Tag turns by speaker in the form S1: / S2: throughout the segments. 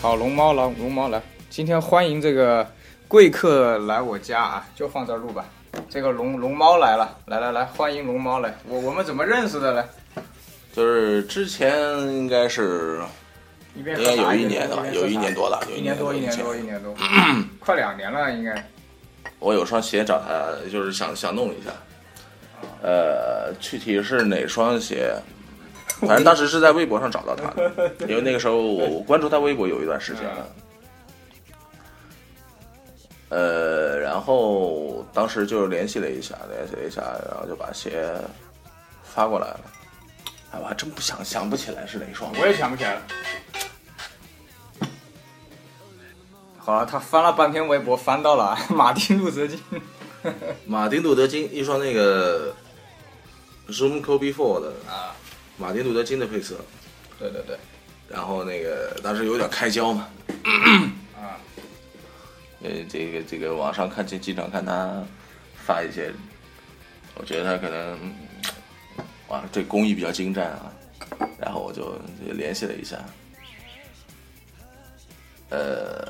S1: 好，龙猫来，龙猫来，今天欢迎这个贵客来我家啊，就放这儿录吧。这个龙龙猫来了，来来来，欢迎龙猫来。我我们怎么认识的嘞？
S2: 就是之前应该是
S1: 一边
S2: 应
S1: 喝
S2: 该
S1: 茶
S2: 有一
S1: 边
S2: 年
S1: 一
S2: 了，
S1: 边
S2: 有
S1: 喝
S2: 一
S1: 茶
S2: 年多了，有
S1: 一
S2: 年嗯
S1: 年多，一
S2: 以
S1: 年
S2: 前
S1: 多，一年多， 快两年了应该。
S2: 我有双鞋找他，就是想想弄一下，呃，具体是哪双鞋？反正当时是在微博上找到他的，因为那个时候我我关注他微博有一段时间了。呃，然后当时就联系了一下，联系了一下，然后就把鞋发过来了。哎，我还真不想想不起来是哪双。
S1: 我也想不起来了。好了，他翻了半天微博，翻到了啊 马丁路德金。
S2: 马丁·路德·金一双那个 Zoom Kobe Four 的
S1: 啊，
S2: 马丁·路德·金的配色，
S1: 对对对，
S2: 然后那个当时有点开胶嘛，
S1: 啊，
S2: 呃，这个这个网上看经经常看他发一些，我觉得他可能嗯哇对工艺比较精湛啊，然后我就就联系了一下，呃，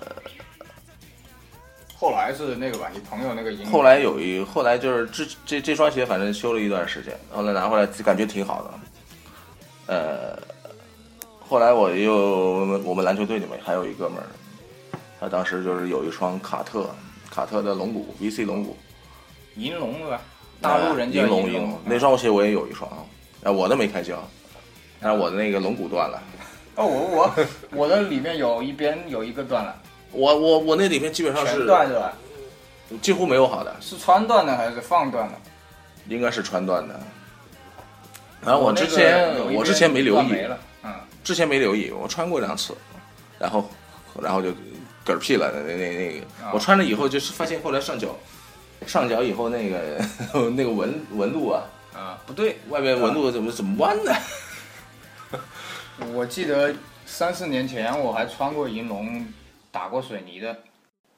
S1: 后来是那个吧，你朋友那个银。
S2: 后来有一后来就是这这这双鞋，反正修了一段时间，后来拿回来感觉挺好的。呃，后来我又我们篮球队里面还有一哥们儿，他当时就是有一双卡特卡特的龙骨 VC 龙骨，呃
S1: 银龙是吧？大陆人叫
S2: 啊银龙
S1: 银
S2: 银龙
S1: 龙。
S2: 那双鞋我也有一双，啊，呃我的没开胶，但是我的那个龙骨断了。
S1: 哦，我我我的里面有一边有一个断了，
S2: 我我我那里面基本上
S1: 全
S2: 是
S1: 断是吧？
S2: 几乎没有好的，
S1: 是穿断的还是放断的？
S2: 应该是穿断的。然后我
S1: 那
S2: 之
S1: 个
S2: 前
S1: 有一边
S2: 我之前没留
S1: 断
S2: 意，
S1: 没了，嗯，
S2: 之前没留意，我穿过两次，然后然后就嗝屁了。那那那个
S1: 啊，
S2: 我穿了以后就是发现后来上脚，上脚以后那个 那个纹纹路啊，
S1: 啊，不对，
S2: 外面纹路怎么怎么弯的？
S1: 我记得三四年前我还穿过银龙，打过水泥的，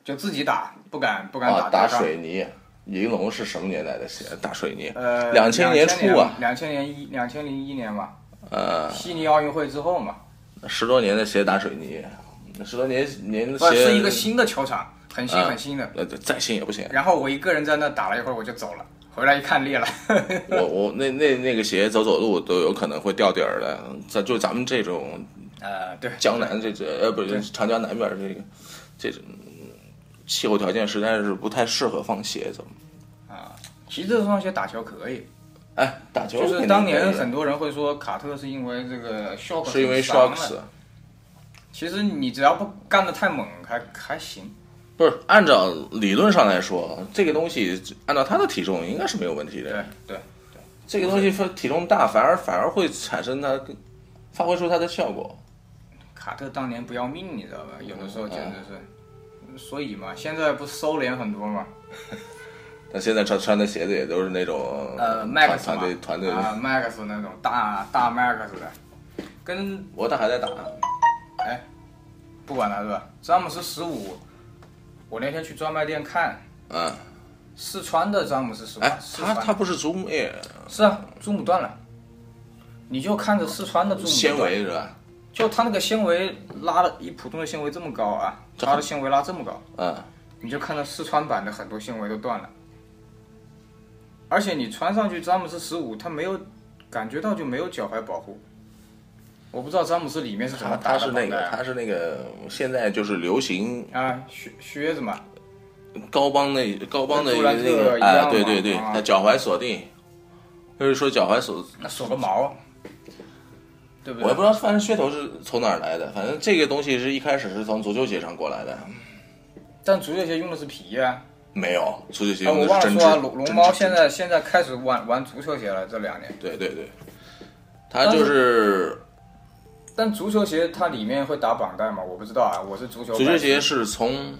S1: 就自己打，不敢不敢
S2: 啊，
S1: 打
S2: 打
S1: 架
S2: 水泥。银龙是什么年代的鞋？打水泥，
S1: 呃，
S2: 两
S1: 千
S2: 千年初啊，
S1: 两千年一两千零一年嘛，
S2: 呃，
S1: 悉尼奥运会之后嘛，
S2: 十多年的鞋打水泥，十多年年的
S1: 不
S2: 鞋
S1: 是一个新的球场，很新
S2: 啊
S1: 很新的。
S2: 呃，再新也不行。
S1: 然后我一个人在那打了一会儿，我就走了，回来一看裂了。
S2: 我我那那那个鞋走走路都有可能会掉底儿的，咱就咱们这种
S1: 呃，对，
S2: 江南这这呃不
S1: 对
S2: 是长江南边儿这个这种嗯气候条件实在是不太适合放鞋子。
S1: 啊，其实这双鞋打球可以，
S2: 哎，打球
S1: 就是
S2: 肯定
S1: 当
S2: 可
S1: 年
S2: 以啊
S1: 很多人会说卡特是因为这个 shock
S2: 是因为
S1: 很伤的
S2: shocks，啊
S1: 其实你只要不干得太猛，还还行。
S2: 不是按照理论上来说，这个东西按照他的体重应该是没有问题的。
S1: 对对，
S2: 这个东西反体重大反而反而会产生它更发挥出它的效果。
S1: 卡特当年不要命，你知道吧？
S2: 嗯
S1: 有的时候简直是，所以嘛，现在不收敛很多嘛。
S2: 但现在穿穿的鞋子也都是那种
S1: 呃
S2: 嗯团
S1: ，Max
S2: 团队
S1: 嘛
S2: 团队，
S1: 啊，Max 那种大大 Max 的，跟
S2: 我打还在打，
S1: 哎，不管他是吧？詹姆斯十五，我那天去专卖店看
S2: 嗯，
S1: 试穿的詹姆斯十五
S2: 哎，，
S1: 试
S2: 他
S1: 穿
S2: 他不是 Zoom 哎 Air
S1: 是啊，字母断了，你就看着试穿的字母
S2: 纤
S1: 断，
S2: 维是吧？
S1: 就它那个纤维拉的，以普通的纤维这么高啊，
S2: 这
S1: 它的纤维拉这么高，
S2: 嗯。
S1: 你就看到试穿版的很多纤维都断了，而且你穿上去詹姆斯十五，它没有感觉到就没有脚踝保护，我不知道詹姆斯里面是怎么打
S2: 他他
S1: 的
S2: 是那
S1: 绑带
S2: 个，
S1: 啊
S2: 他是那个，现在就是流行
S1: 啊靴靴子嘛，
S2: 高帮那高帮的
S1: 跟
S2: 那
S1: 呃杜兰特
S2: 个
S1: 一样
S2: 哎
S1: 嘛，
S2: 对对对，
S1: 啊
S2: 他脚踝锁定，就是说脚踝锁，
S1: 那锁个毛啊，对不
S2: 我也不
S1: 对？
S2: 知道，反正噱头是从哪儿来的，反正这个东西是一开始是从足球鞋上过来的，
S1: 但足球鞋用的是皮呀、
S2: 没有，足球鞋
S1: 啊，
S2: 用
S1: 我
S2: 的
S1: 忘
S2: 是
S1: 了
S2: 针织。
S1: 说啊，龙龙
S2: 针
S1: 猫
S2: 织
S1: 现在现在开始玩玩足球鞋了，这两年。
S2: 对对对，它就是
S1: 但足球鞋它里面会打绑带吗？我不知道啊，我是足球
S2: 足球
S1: 白
S2: 鞋是从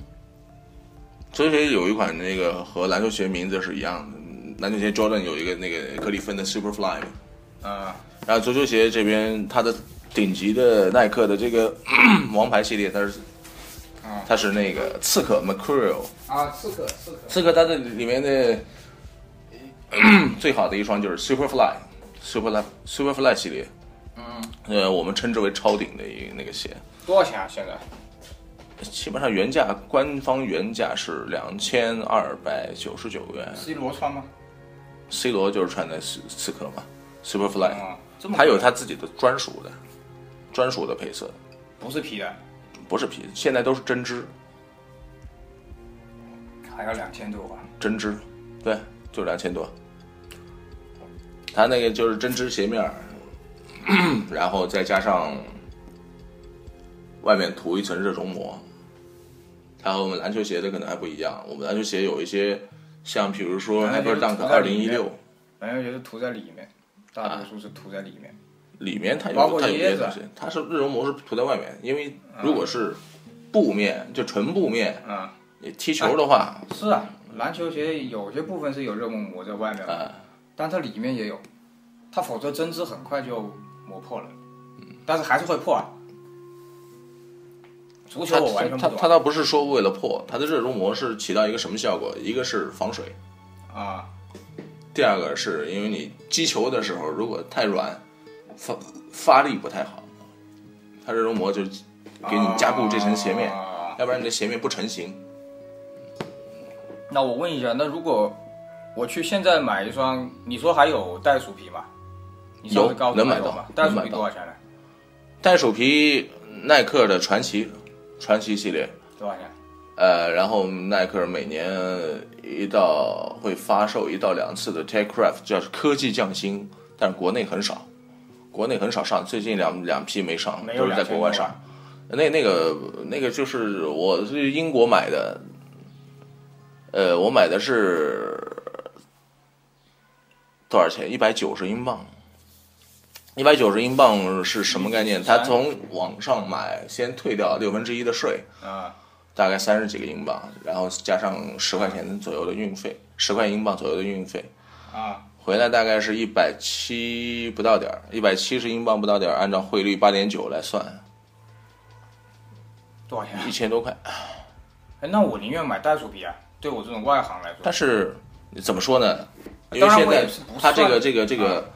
S2: 足球鞋有一款那个和篮球鞋名字是一样的，嗯篮球鞋 Jordan 有一个那个格里芬的 Superfly 嘛，
S1: 啊、
S2: 然后足球鞋这边它的顶级的耐克的这个 王牌系列，它是
S1: 啊
S2: 它是那个刺客 Mercurial，
S1: 啊，刺客刺客
S2: 刺客它的里面的 最好的一双就是 Superfly Superfly Superfly 系列，嗯，呃，我们称之为超顶的一个那个鞋，
S1: 多少钱啊？现在
S2: 基本上原价官方原价是两千二百九十九元
S1: ，C 罗穿吗？
S2: ，C 罗就是穿的刺刺客嘛，Superfly，、
S1: 啊，这么
S2: 它有它自己的专属的专属的配色，
S1: 不是皮的，
S2: 不是皮，现在都是针织
S1: 还要两千多吧？
S2: 针织，对，就两千多。它那个就是针织鞋面儿， 然后再加上外面涂一层热熔膜。它和我们篮球鞋的可能还不一样，我们篮球鞋有一些像比如说
S1: 篮
S2: h
S1: 球
S2: y
S1: 鞋
S2: p e r Dunk
S1: 涂在
S2: 二
S1: 里
S2: 零一
S1: 面
S2: 六，
S1: 篮球鞋是涂在里面，大
S2: 啊
S1: 多数是涂在里面。
S2: 里面它
S1: 包括
S2: 有它有
S1: 椰
S2: 些
S1: 子嗯
S2: 东西，它是热熔膜是涂在外面，因为如果是布面就纯布面，
S1: 啊、
S2: 你踢球的话，
S1: 是啊，篮球鞋有些部分是有热膜膜在外面，
S2: 啊，
S1: 但它里面也有，它否则针织很快就磨破了，
S2: 嗯
S1: 但是还是会破啊。足球
S2: 它
S1: 我完全
S2: 它
S1: 不
S2: 它它
S1: 懂
S2: 倒不是说为了破，它的热熔膜是起到一个什么效果？一个是防水，
S1: 啊，
S2: 第二个是因为你击球的时候如果太软，发发力不太好，它热熔膜就给你加固这层鞋面，
S1: 啊
S2: 要不然你的鞋面不成型。
S1: 那我问一下，那如果我去现在买一双，你说还有袋鼠皮吗？你上次
S2: 有
S1: 告诉我
S2: 能
S1: 还
S2: 买
S1: 有
S2: 到
S1: 吗？袋鼠
S2: 能
S1: 皮
S2: 买到
S1: 多少钱呢？
S2: 袋鼠皮耐克的传奇传奇系列，
S1: 多少钱？
S2: 呃，然后耐克每年一到会发售一到两次的 TechCraft，叫科技匠心，但是国内很少，国内很少上，最近两两批没上，
S1: 没有
S2: 都是在国外上。那那个那个就是我是英国买的，呃，我买的是多少钱？一百九十英镑。一百九十英镑是什么概念？它从网上买，先退掉六分之一的税，
S1: 啊
S2: 大概三十几个英镑，然后加上十块钱左右的运费，十块英镑左右的运费，
S1: 啊
S2: 回来大概是一百七不到点儿，一百七十英镑不到点儿，按照汇率八点九来算，
S1: 多少钱啊
S2: 一？千多块。
S1: 哎，那我宁愿买袋鼠皮啊。对我这种外行来说
S2: 但，是怎么说呢？因为
S1: 当然
S2: 现
S1: 我也
S2: 在
S1: 是不
S2: 它这
S1: 算
S2: 个这个这个，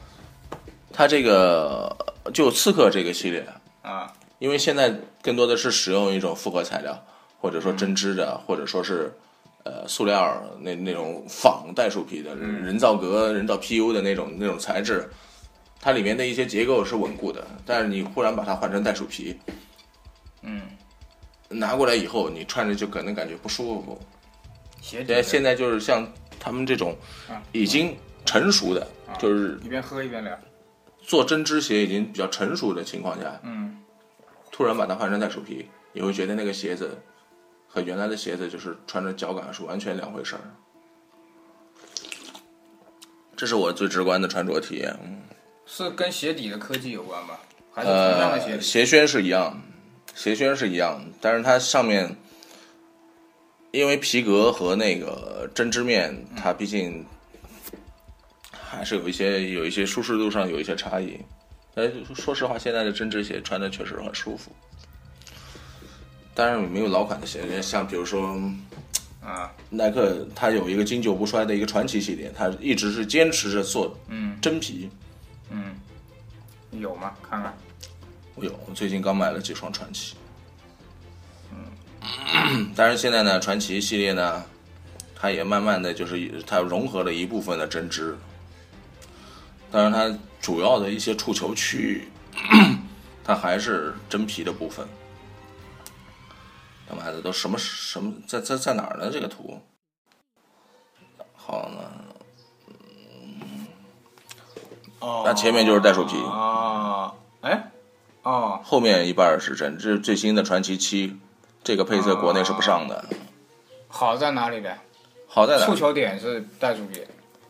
S2: 它这个就刺客这个系列，
S1: 啊
S2: 因为现在更多的是使用一种复合材料，或者说
S1: 嗯
S2: 针织的，或者说是呃塑料儿那那种仿袋鼠皮的、
S1: 嗯
S2: 人造革、人造 PU 的那种那种材质，它里面的一些结构是稳固的，但是你忽然把它换成袋鼠皮，
S1: 嗯，
S2: 拿过来以后，你穿着就可能感觉不舒服。
S1: 鞋底
S2: 现在
S1: 的
S2: 现在就是像他们这种
S1: 啊
S2: 已经成熟的，就是
S1: 一边喝一边聊。
S2: 做针织鞋已经比较成熟的情况下，
S1: 嗯，
S2: 突然把它换成袋鼠皮，你会觉得那个鞋子和原来的鞋子就是穿着脚感是完全两回事儿。这是我最直观的穿着体验。嗯
S1: 是跟鞋底的科技有关吧？还是同样的鞋
S2: 呃，
S1: 底？
S2: 鞋楦是一样，鞋楦是一样，但是它上面因为皮革和那个针织面，
S1: 嗯
S2: 它毕竟还是有一些有一些舒适度上有一些差异。但是说实话，现在的针织鞋穿的确实很舒服。当然没有老款的鞋，像比如说
S1: 啊
S2: 耐克，它有一个经久不衰的一个传奇系列，它一直是坚持着做
S1: 嗯
S2: 真皮。
S1: 嗯，有吗？看看。
S2: 我有，我最近刚买了几双传奇。嗯， 但是现在呢，传奇系列呢，它也慢慢的就是它融合了一部分的针织，但是它主要的一些触球区域，它还是真皮的部分。他妈的，都什么什么在在在哪儿呢？这个图，好呢，
S1: 哦
S2: 那前面就是袋鼠皮
S1: 啊，哎，哦，
S2: 后面一半儿是针，这是最新的传奇七，这个配色国内是不上的。
S1: 好在哪里呢？
S2: 好在哪
S1: 触？球点是袋鼠皮，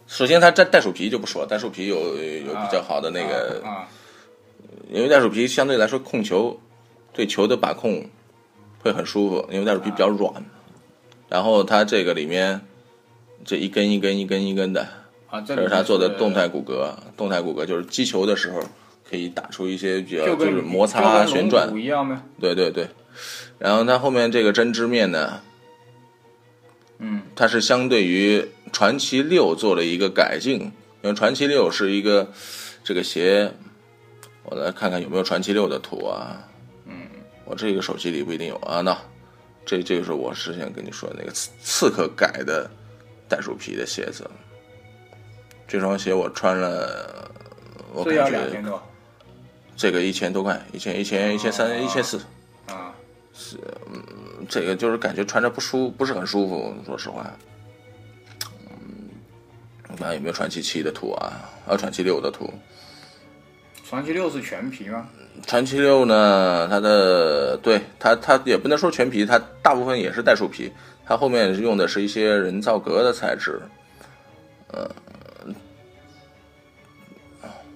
S2: 首先它带袋鼠皮就不说，袋鼠皮有有比较好的那个，
S1: 啊，
S2: 因为袋鼠皮相对来说控球对球的把控会很舒服，因为袋鼠皮比较软。然后它这个里面这一根一根一根一根的，
S1: 啊，这
S2: 这
S1: 里
S2: 是
S1: 面
S2: 它做的动态骨骼，动态骨骼就是击球的时候可以打出一些比较
S1: 就
S2: 就
S1: 跟
S2: 是摩
S1: 就
S2: 擦
S1: 跟
S2: 旋转
S1: 龙骨一样吗？
S2: 对对对，然后它后面这个针织面呢，
S1: 嗯，
S2: 它是相对于传奇六做了一个改进，因为传奇六是一个这个鞋，我来看看有没有传奇六的图啊。嗯，我这个手机里不一定有啊。那这这就是我之前跟你说的那个刺刺客改的袋鼠皮的鞋子，这双鞋我穿了，我
S1: 这要
S2: 感
S1: 两千
S2: 觉
S1: 多
S2: 这个一千多块，一千一千一千三一千四。
S1: 啊，
S2: 这个就是感觉穿着不舒，不是很舒服。说实话，嗯，看有没有传奇七的图啊？啊，传奇六的图。
S1: 传奇六是全皮吗？
S2: 传奇六呢，它的对它它也不能说全皮，它大部分也是袋鼠皮，它后面用的是一些人造革的材质。呃，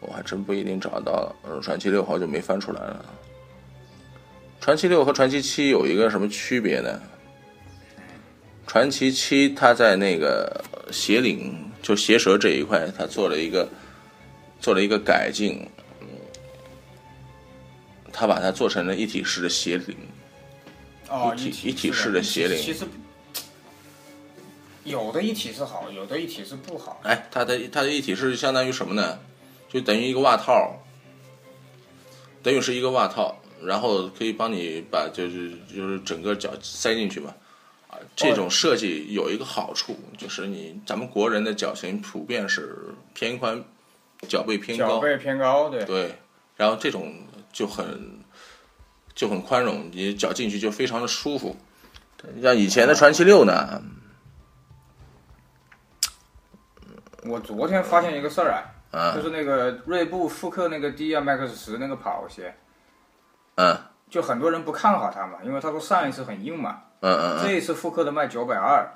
S2: 我还真不一定找到了。嗯，传奇六好久没翻出来了。传奇六和传奇七有一个什么区别呢？传奇七它在那个鞋领就鞋舌这一块，它做了一个做了一个改进，嗯，它把它做成了一体式的鞋领，
S1: 哦，
S2: 一体
S1: 体
S2: 一体式
S1: 式
S2: 的鞋领
S1: 其实有的一体是好，有的一体是不好。
S2: 哎，它的它的一体式相当于什么呢？就等于一个袜套，等于是一个袜套，然后可以帮你把就是就是整个脚塞进去嘛。啊，这种设计有一个好处，就是你咱们国人的脚型普遍是偏宽，脚背偏
S1: 脚
S2: 高，
S1: 背偏高，对，
S2: 对，然后这种就很就很宽容，你脚进去就非常的舒服。像以前的传奇六呢，
S1: 我昨天发现一个事儿啊，
S2: 啊
S1: 就是那个锐步复刻那个 D M X 十那个跑鞋，
S2: 嗯
S1: 就很多人不看好它嘛，因为他说上一次很硬嘛，
S2: 嗯嗯
S1: 这
S2: 嗯，
S1: 一次复刻的卖九百二，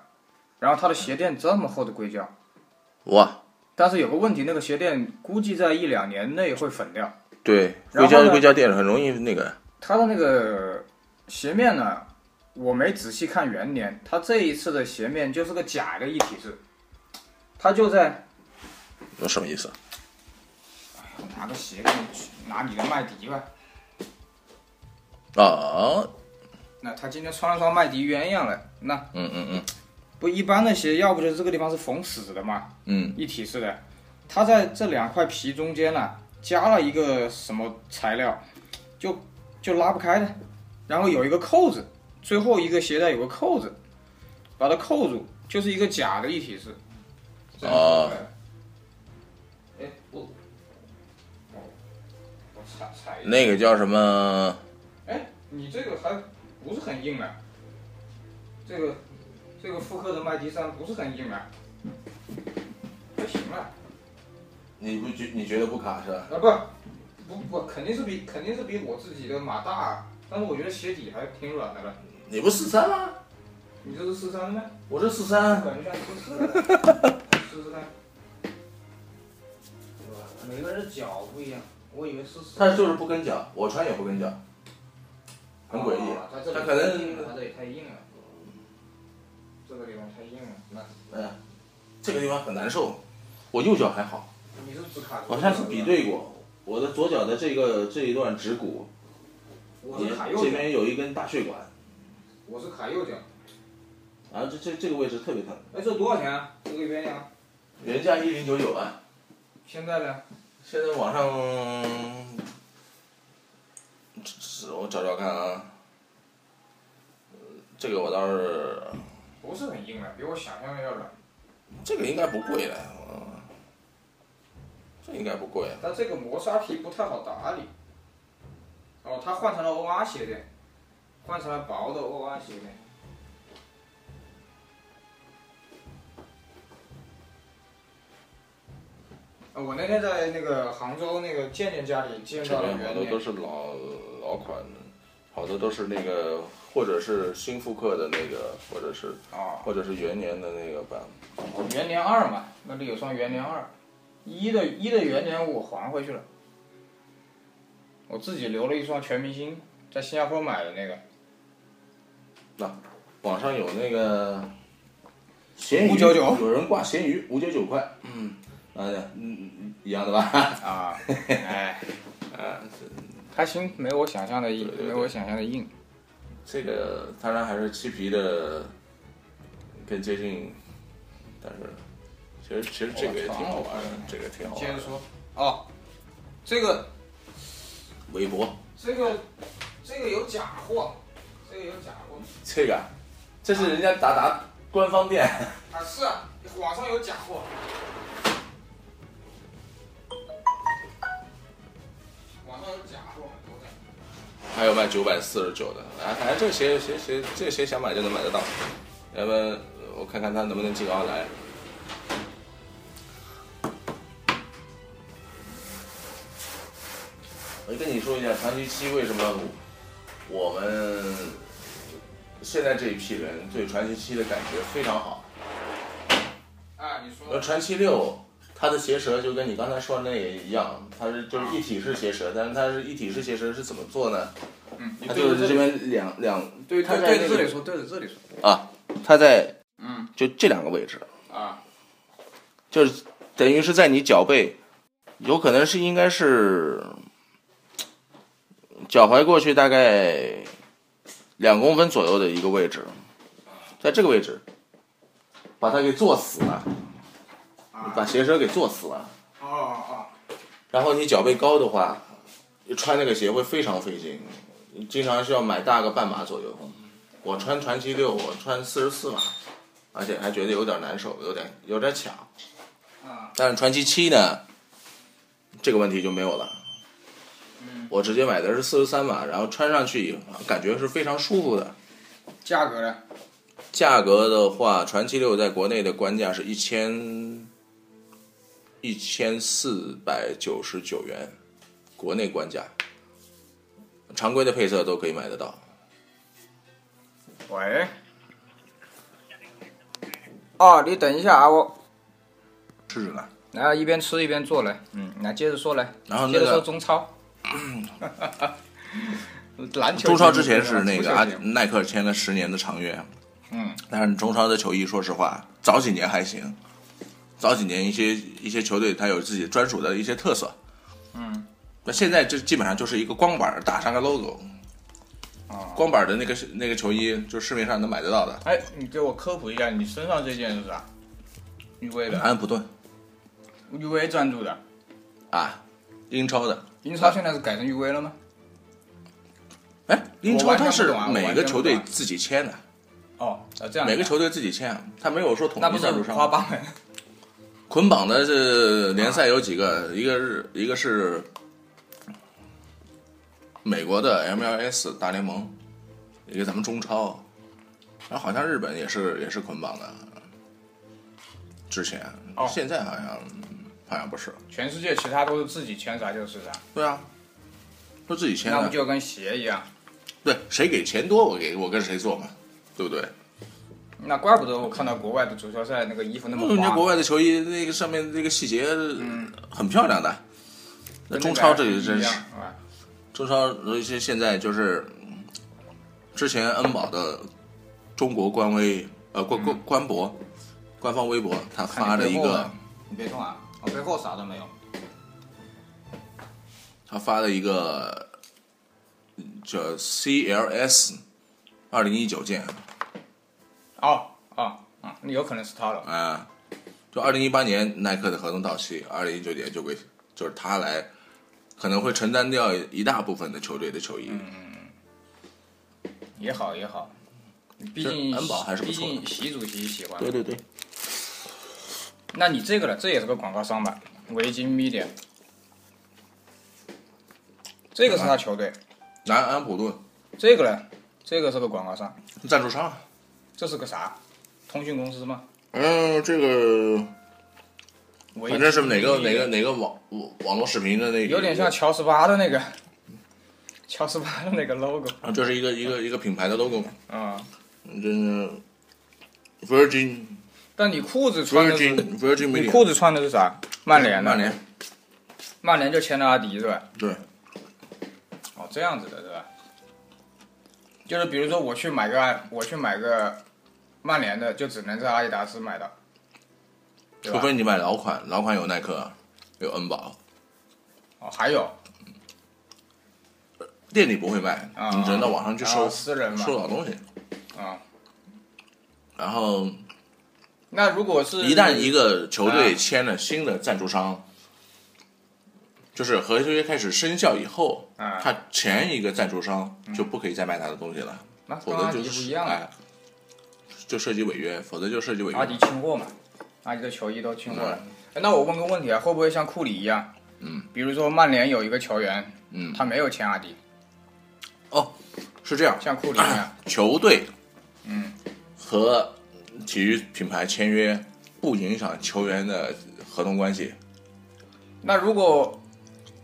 S1: 然后它的鞋垫这么厚的硅胶，
S2: 哇，
S1: 但是有个问题，那个鞋垫估计在一两年内会粉掉。
S2: 对，
S1: 然
S2: 硅
S1: 后
S2: 胶
S1: 呢
S2: 硅胶垫很容易那个，
S1: 它的那个鞋面呢，我没仔细看原年，它这一次的鞋面就是个假的一体式，它就在
S2: 有什么意思？
S1: 拿个鞋给你举拿你的麦迪吧。
S2: 啊，
S1: 那他今天穿了双麦迪鸳鸯了，那
S2: 嗯嗯嗯
S1: 不一般的鞋，要不就是这个地方是缝死的嘛，
S2: 嗯，
S1: 一体式的，它在这两块皮中间呢、加了一个什么材料，就就拉不开的，然后有一个扣子，最后一个鞋带有个扣子，把它扣住，就是一个假的一体式。这样
S2: 哦
S1: 子哎，哎我我我踩踩一下，
S2: 那个叫什么？
S1: 哎，你这个还不是很硬啊，这个这个复刻的麦迪三不是很硬啊，还行啊。
S2: 你不觉你觉得不卡是吧？
S1: 啊不，不不，肯定是比肯定是比我自己的马大啊，但是我觉得鞋底还挺软的了。
S2: 你不四三吗？
S1: 你这是四三的吗？
S2: 我是四
S1: 我
S2: 三，
S1: 感觉像四四的，试试看。每个人的脚不一样，我以为是四。
S2: 它就是不跟脚，我穿也不跟脚，很诡异
S1: 哦它这。里
S2: 它可
S1: 太硬了
S2: 能
S1: 它这里太硬了，这个地方太硬了。那
S2: 嗯，这个地方很难受。我右脚还好，
S1: 你是只卡？
S2: 我上次比，对过，我的左脚的这个这一段趾骨，
S1: 我
S2: 也
S1: 是卡右
S2: 这
S1: 脚，
S2: 边有一根大血管，
S1: 我是卡右脚。
S2: 然后这这这个位置特别疼，
S1: 哎，这多少钱啊？这个鸳鸯？
S2: 原价一零九九啊，
S1: 现在呢？
S2: 现在网上，这这我找找看啊，这个我倒是，
S1: 不是很硬了，比我想象的要软。
S2: 这个应该不贵了，嗯，这应该不贵，啊
S1: 但这个磨砂皮不太好打理。哦，它换成了 OR 鞋垫，换成了薄的 OR 鞋垫。呃我那天在那个杭州那个健健家里见
S2: 这
S1: 到了
S2: 边好
S1: 原
S2: 多都
S1: 点，
S2: 是老老款的，好多都是那个或者是新复刻的那个，或者是
S1: 啊，
S2: 或者是元年的那个版。
S1: 元年二嘛，那里有双元年二，一的一的元年我还回去了，我自己留了一双全明星，在新加坡买的那个，
S2: 那、网上有那个闲鱼，
S1: 599
S2: 有人挂闲鱼五九九块，嗯，啊，嗯，嗯一样的吧？
S1: 啊，哎，
S2: 啊，
S1: 还行，没我想象的硬，
S2: 对对
S1: 没我想象的硬。
S2: 这个当然还是漆皮的更接近，但是其实其实这个也挺好玩的
S1: 我操，
S2: 这个挺好
S1: 接
S2: 玩
S1: 着
S2: 的。
S1: 说，哦，这个
S2: 围脖，
S1: 这个这个有假货，这个有假货
S2: 这个啊这是人家达达官方店，
S1: 啊，是啊，网上有假货。网上有假货很多的。
S2: 还有卖九百四十九的，哎，反正这鞋鞋鞋这鞋想买就能买得到，要不然我看看他能不能进奥莱。我跟你说一下，长期期为什么我们现在这一批人对传奇七的感觉非常好。
S1: 啊，你说
S2: 而传奇六，它的鞋舌就跟你刚才说的那个一样，它是就是一体式鞋舌，但是它是一体式鞋舌是怎么做呢？
S1: 嗯，
S2: 它就是这边两两
S1: 对
S2: 它
S1: 对对
S2: 在
S1: 着
S2: 那
S1: 这
S2: 个
S1: 里说，对着这里说。
S2: 啊，它在
S1: 嗯
S2: 就这两个位置，
S1: 啊，
S2: 就是等于是在你脚背，有可能是应该是脚踝过去大概两公分左右的一个位置，在这个位置把它给做死了，把鞋舌给做死了。
S1: 啊哦哦
S2: 然后你脚背高的话，穿那个鞋会非常费劲，经常是要买大个半码左右。我穿传奇六，我穿四十四码，而且还觉得有点难受，有点有点卡。
S1: 哦，啊，
S2: 但是传奇七呢，这个问题就没有了。
S1: 嗯，
S2: 我直接买的是四十三码，然后穿上去以后啊感觉是非常舒服的。
S1: 价格呢？
S2: 价格的话，传奇六在国内的官价是一千一千四百九十九元，国内官价，常规的配色都可以买得到。
S1: 喂。哦，你等一下啊，我
S2: 试试呢。
S1: 然后一边吃一边做嘞，嗯，那接着说嘞，
S2: 然后那
S1: 接着说
S2: 个嗯
S1: 中超， 篮球啊
S2: 中超之前是那
S1: 足球
S2: 个阿啊
S1: 节目
S2: 耐克签了十年的长约，
S1: 嗯，
S2: 但是中超的球衣，说实话，早几年还行，早几年一些一些球队它有自己专属的一些特色，
S1: 嗯，
S2: 那现在这基本上就是一个光板儿打上个 logo，
S1: 啊
S2: 光板儿的那个那个球衣，就市面上能买得到的，
S1: 哎，你给我科普一下，你身上这件是啥？UV 的
S2: 安普顿嗯
S1: ，UV 赞助的。
S2: 啊，英超的，
S1: 英超现在是改成 UV 了吗？
S2: 哎，英超它是
S1: 我完全不懂啊
S2: 每个球
S1: 我
S2: 队
S1: 完全不懂啊
S2: 自己签的，
S1: 哦，啊这样。
S2: 每个球队自己签，它没有说统
S1: 那不
S2: 一
S1: 是
S2: 赞助
S1: 花
S2: 商。
S1: 八门？
S2: 捆绑的这联赛有几
S1: 啊
S2: 个？一个是一个是美国的 MLS 大联盟，一个咱们中超，然后好像日本也是也是捆绑的，之前、
S1: 哦
S2: 现在好像好像不是，
S1: 全世界其他都是自己签啥就是啥，
S2: 对啊，都自己签
S1: 那
S2: 的
S1: 不，就跟鞋一样？
S2: 对，谁给钱多我给我跟谁做嘛，对不对？
S1: 那怪不得我看到国外的足球赛那个衣服那么
S2: 人家
S1: 花。
S2: 国外的球衣那个上面那个细节很漂亮的，那
S1: 跟
S2: 中
S1: 那个
S2: 超这里
S1: 一
S2: 真
S1: 样
S2: 是。
S1: 啊
S2: 中超尤其现在就是，嗯之前恩保的中国官微呃官官官博官方微博，他
S1: 看你
S2: 发了
S1: 背
S2: 一
S1: 后
S2: 个
S1: 啊你别动啊，我背后啥都没有。
S2: 他发了一个嗯叫 CLS 二零一九件
S1: 哦哦，嗯，那有可能是他了。
S2: 啊，就二零一八年耐克的合同到期，二零一九年就归就是他来，可能会承担掉一大部分的球队的球衣。
S1: 也好也好，毕竟
S2: 安保还是不
S1: 毕
S2: 错的
S1: 竟习主席喜欢。
S2: 对对，
S1: 那你这个了，这也是个广告商吧？维京 Media，这个是他球队，
S2: 南安普顿
S1: 这个呢，这个是个广告商，
S2: 赞助商。
S1: 这是个啥？通讯公司吗？
S2: 嗯，这个
S1: 维
S2: 反正是
S1: 京
S2: 哪
S1: Media
S2: 个哪个，哪个网网网络视频的那个，
S1: 有点像乔十八的那个，乔斯巴的那个 logo
S2: 啊，这是一个一个一个品牌的 logo 嘛，
S1: 啊、
S2: 嗯这是 Virgin
S1: 但你裤子穿的是
S2: Virgin Virgin
S1: 你
S2: Media
S1: 裤子穿的是啥？曼联的，
S2: 曼联
S1: 曼联就签了阿迪对吧？
S2: 对，
S1: 哦，这样子的对吧？就是比如说我去买个我去买个曼联的，就只能在阿迪达斯买到，对
S2: 除
S1: 吧？
S2: 非你买老款，老款有耐克，有恩宝，
S1: 哦，还有
S2: 店里不会卖，
S1: 啊
S2: 你只能到网上去
S1: 啊
S2: 收
S1: 私人嘛
S2: 收老东西。
S1: 啊、
S2: 然后
S1: 那如果是
S2: 一旦一
S1: 个
S2: 个球
S1: 啊
S2: 队签了新的赞助商，就是合约开始生效以后，
S1: 啊，
S2: 他前一个赞助商就不可以再卖他的东西了，
S1: 那嗯跟
S2: 否
S1: 阿
S2: 则
S1: 迪
S2: 就
S1: 不一
S2: 是
S1: 样了
S2: 哎，就涉及违约，否则就涉及违约。
S1: 阿迪清货嘛，阿迪的球衣都清货了
S2: 嗯。
S1: 哎那我问个问题啊，会不会像库里一样？
S2: 嗯，
S1: 比如说曼联有一个球员，
S2: 嗯
S1: 他没有签阿迪，
S2: 哦，是这样，
S1: 像库里一样，
S2: 球队，
S1: 嗯，
S2: 和体育品牌签约不影响球员的合同关系。
S1: 那如果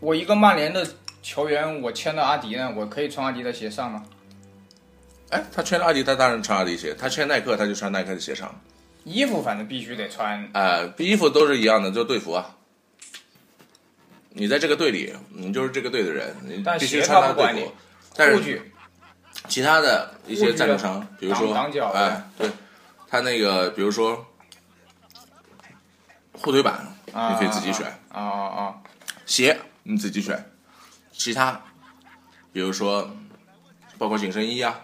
S1: 我一个曼联的球员，我签了阿迪呢，我可以穿阿迪的鞋上吗？
S2: 哎，他签了阿迪，他当然穿阿迪鞋；他签耐克，他就穿耐克的鞋上。
S1: 衣服反正必须得穿，
S2: 呃，衣服都是一样的，就队服啊。你在这个队里，你就是这个队的人，你
S1: 但
S2: 必须
S1: 鞋
S2: 穿
S1: 他
S2: 他
S1: 不
S2: 的
S1: 管
S2: 队
S1: 你
S2: 服。但
S1: 护
S2: 是
S1: 具
S2: 其他的一
S1: 护
S2: 些
S1: 具啊
S2: 赞助商，比如说
S1: 挡挡脚，啊的
S2: 哎，对，他那个，比如说护腿板，
S1: 啊，
S2: 你可以自己选；
S1: 啊啊啊！
S2: 鞋你自己选，其他，比如说包括紧身衣啊、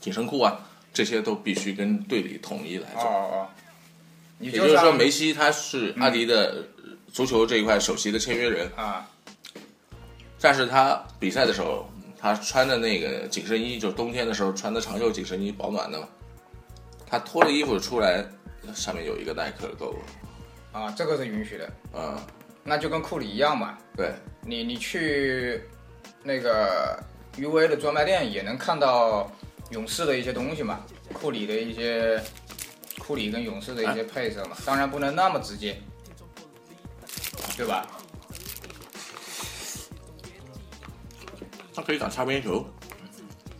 S2: 紧身裤啊，这些都必须跟队里统一来
S1: 哦
S2: 做。
S1: 哦，也
S2: 也就是说，梅西他是阿迪的足球这一块首席的签约人，
S1: 啊
S2: 但是他比赛的时候，他穿的那个紧身衣，就冬天的时候穿的长袖紧身衣，保暖的嘛。他脱了衣服出来，上面有一个耐克的 logo，
S1: 啊，这个是允许的，
S2: 嗯，
S1: 那就跟库里一样嘛。
S2: 对，
S1: 你你去那个 UV 的专卖店也能看到勇士的一些东西嘛，库里的一些库里跟勇士的一些
S2: 哎
S1: 配色嘛，当然不能那么直接，对吧？
S2: 他可以打擦边球，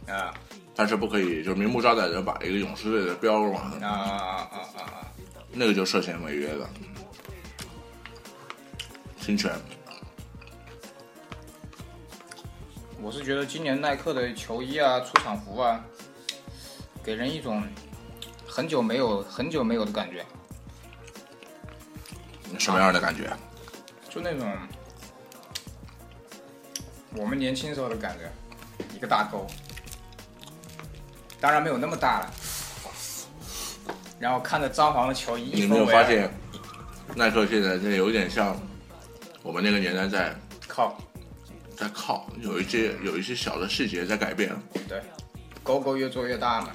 S1: 啊
S2: 但是不可以就是明目张胆的把一个勇士队的标往上
S1: 啊啊，啊啊啊啊！
S2: 那个就涉嫌违约了，嗯侵权。
S1: 我是觉得今年耐克的球衣啊、出场服啊，给人一种很久没有很久没有的感觉，
S2: 什么样的感觉？啊
S1: 就那种我们年轻时候的感觉，一个大沟，当然没有那么大了。然后看着张皇的球衣，
S2: 你没有发现，耐克现在这有点像我们那个年代在
S1: 靠，
S2: 在靠，有一些有一些小的细节在改变，
S1: 对，沟沟越做越大嘛。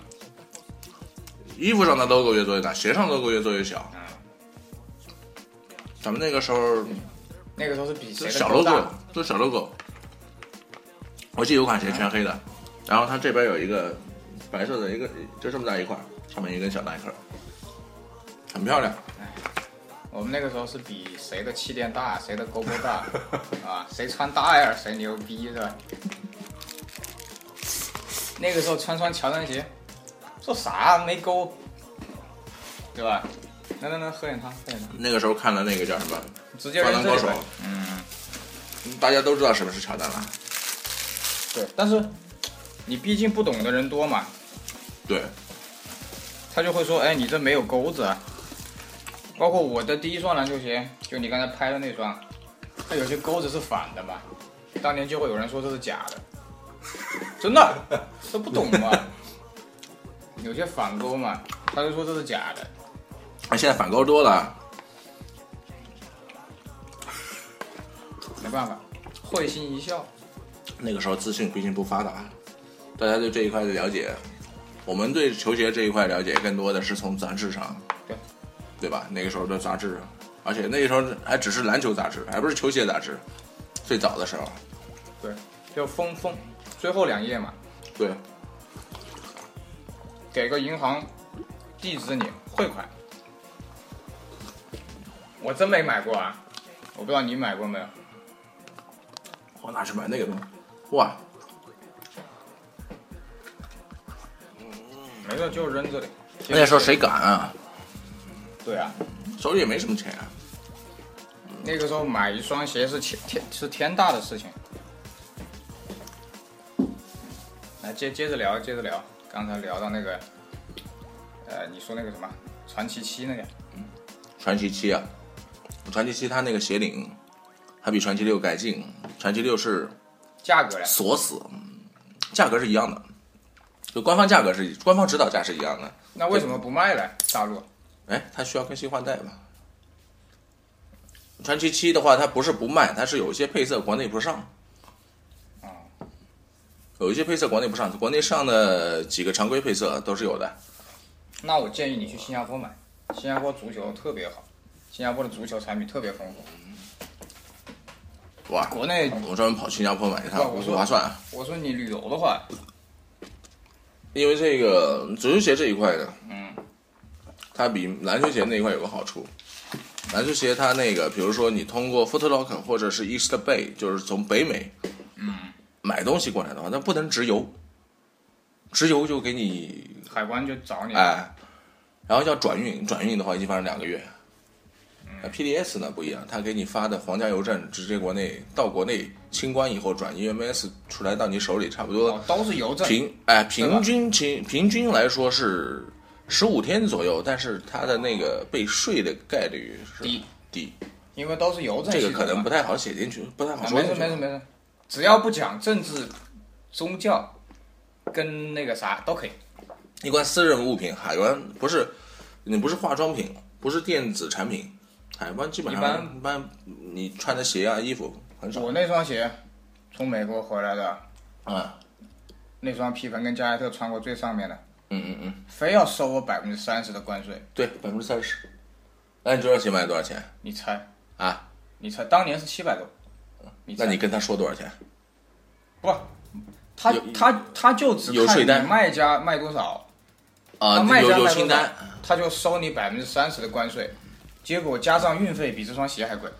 S2: 衣服上的 logo 越做越大，鞋上的 logo 越做越小。
S1: 嗯，
S2: 咱们那个时候
S1: 那个时候是比谁
S2: 这
S1: 的
S2: 小
S1: 沟
S2: logo
S1: 大。
S2: 都小 logo，我记得有款鞋全黑的，
S1: 嗯
S2: 然后它这边有一个白色的一个就这么大一块，上面一根小耐克，很漂亮。
S1: 我们那个时候是比谁的气垫大，谁的沟沟 大啊，谁穿大 L 谁牛逼是吧？那个时候穿双乔丹鞋，说啥没沟，对吧？来来来，喝点汤，喝点汤。
S2: 那个时候看了那个叫什么
S1: 直接
S2: 《灌
S1: 扔
S2: 篮
S1: 这
S2: 高
S1: 里
S2: 手
S1: 呗。嗯，》，
S2: 大家都知道什么是乔丹了，
S1: 对，但是你毕竟不懂的人多嘛，
S2: 对。
S1: 他就会说，哎，你这没有钩子啊。包括我的第一双篮球鞋，就你刚才拍的那双，它有些钩子是反的嘛，当年就会有人说这是假的，真的，这不懂嘛，有些反钩嘛，他就说这是假的。
S2: 啊，现在反勾多了，
S1: 没办法，会心一笑。
S2: 那个时候资讯毕竟不发达，大家对这一块的了解，我们对球鞋这一块了解更多的是从杂志上，
S1: 对，
S2: 对吧？那个时候的杂志，而且那个时候还只是篮球杂志，还不是球鞋杂志，最早的时候，
S1: 对，就封封最后两页嘛，
S2: 对，
S1: 给个银行地址你汇款。我真没买过啊，我不知道你买过没有。
S2: 哦我哪去买那个东西？哇，
S1: 没事，就扔这里。
S2: 那时候谁敢啊？
S1: 对啊，
S2: 手里也没什么钱啊。
S1: 那个时候买一双鞋是天天是天大的事情。来接接着聊，接着聊，刚才聊到那个，呃，你说那个什么传奇七那个，
S2: 传奇七啊，传奇七它那个鞋领，它比传奇六改进，传奇六是
S1: 价格嘞，
S2: 锁死，价格是一样的，就官方价格是官方指导价是一样的。
S1: 那为什么不卖嘞？大陆
S2: 哎，它需要更新换代嘛？传奇七的话，它不是不卖，它是有一些配色国内不上。有一些配色国内不上，国内上的几个常规配色都是有的。
S1: 那我建议你去新加坡买，新加坡足球特别好，新加坡的足球产品特别丰富。
S2: 哇，
S1: 国内，
S2: 我专门跑新加坡买一
S1: 哇
S2: 趟，
S1: 我
S2: 不
S1: 说
S2: 划算啊。
S1: 我说你旅游的话，
S2: 因为这个足球鞋这一块呢，嗯，它比篮球鞋那一块有个好处，篮球鞋它那个，比如说你通过 Foot Locker 或者是 East Bay，就是从北美，嗯，买东西过来的话，那不能直邮，直邮就给你
S1: 海关就找你，
S2: 哎，然后要转运，转运的话一般是两个月。那 PDS 呢不一样，他给你发的皇家邮政直接国内到国内清关以后转 EMS 出来到你手里，差不多
S1: 哦，都是邮政，
S2: 平哎
S1: 对吧
S2: 平均平平均来说是十五天左右，但是它的那个被税的概率是
S1: 低
S2: 低，
S1: 因为都是邮政
S2: 这
S1: 系
S2: 个
S1: 统嘛。
S2: 可能不太好写进去，不太好
S1: 啊，
S2: 说
S1: 没事
S2: 进去。
S1: 没事没事，只要不讲政治、宗教跟那个啥都可以。
S2: 一关私人物品，海关不是你不是化妆品，不是电子产品，海关基本
S1: 一
S2: 上
S1: 般
S2: 一般你穿的鞋啊衣服很少
S1: 我那双鞋从美国回来的，
S2: 啊，
S1: 那双皮蓬跟加内特穿过最上面的，
S2: 嗯嗯嗯，
S1: 非要收我百分之三十的关税，
S2: 对，百分之三十。那你这双鞋卖多少钱
S1: 你猜？
S2: 啊？
S1: 你猜？当年是七百多，你猜
S2: 那你跟他说多少钱？
S1: 不？他
S2: 有
S1: 他他就只
S2: 有
S1: 看
S2: 税
S1: 你
S2: 单
S1: 卖家卖多少，
S2: 啊
S1: 他，卖
S2: 有
S1: 家
S2: 有
S1: 卖
S2: 清
S1: 多少
S2: 单，，
S1: 他就收你百分之三十的关税，结果加上运费比这双鞋还贵。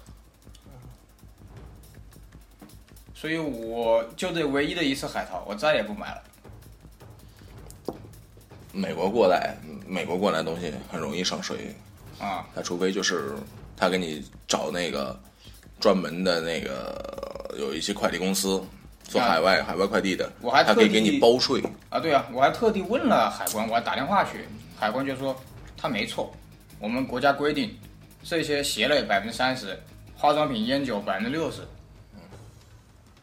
S1: 所以我就这唯一的一次海淘，我再也不买了。
S2: 美国过来，美国过来的东西很容易上税，
S1: 啊、
S2: 他除非就是他给你找那个专门的那个有一些快递公司做海外、海外快递的，
S1: 啊我还
S2: 他
S1: 特
S2: 可
S1: 地
S2: 以给你包税。
S1: 啊！对啊，我还特地问了海关，我还打电话去，海关就说他没错，我们国家规定这些鞋类百分之三十，化妆品、烟酒百分之六十。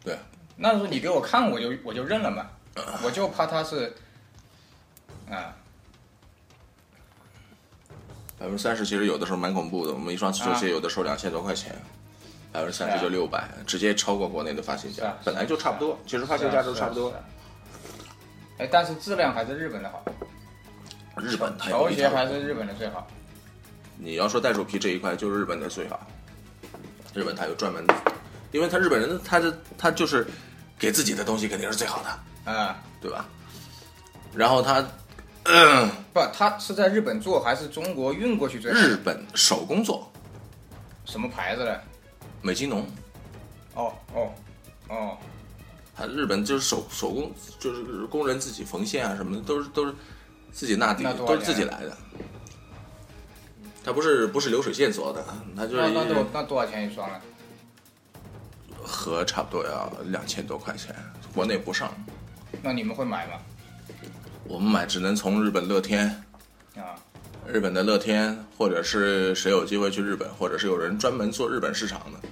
S2: 对，
S1: 那时候你给我看，我就我就认了嘛，我就怕他是啊、
S2: 百分之三十其实有的时候蛮恐怖的，我们一双球鞋有的时候两千多块钱，百分之三
S1: 啊是啊
S2: 十就六百，直接超过国内的发行
S1: 是
S2: 价
S1: 啊，
S2: 本来就差不多，其实发行价都差不多
S1: 是啊。。是啊哎，但是质量还是日本的好，
S2: 日本它有
S1: 球
S2: 一
S1: 鞋
S2: 条，
S1: 还是日本的最好。
S2: 你要说袋鼠皮这一块，就是日本的最好。日本它有专门的，因为他日本人他的他就是给自己的东西肯定是最好的，
S1: 啊、
S2: 对吧？然后他
S1: 不，他是在日本做还是中国运过去最好？
S2: 日本手工做
S1: 什么牌子的？
S2: 美津浓，
S1: 哦哦哦，
S2: 他日本就是手手工，就是工人自己缝线啊什么的，都是都是自己纳底
S1: 那，多少
S2: 都是自己来的。他不是不是流水线做的，他就
S1: 那那
S2: 是
S1: 多那多少钱一双啊？
S2: 和差不多要两千多块钱，国内不上。
S1: 那你们会买吗？
S2: 我们买只能从日本乐天，
S1: 啊，
S2: 日本的乐天，或者是谁有机会去日本，或者是有人专门做日本市场的，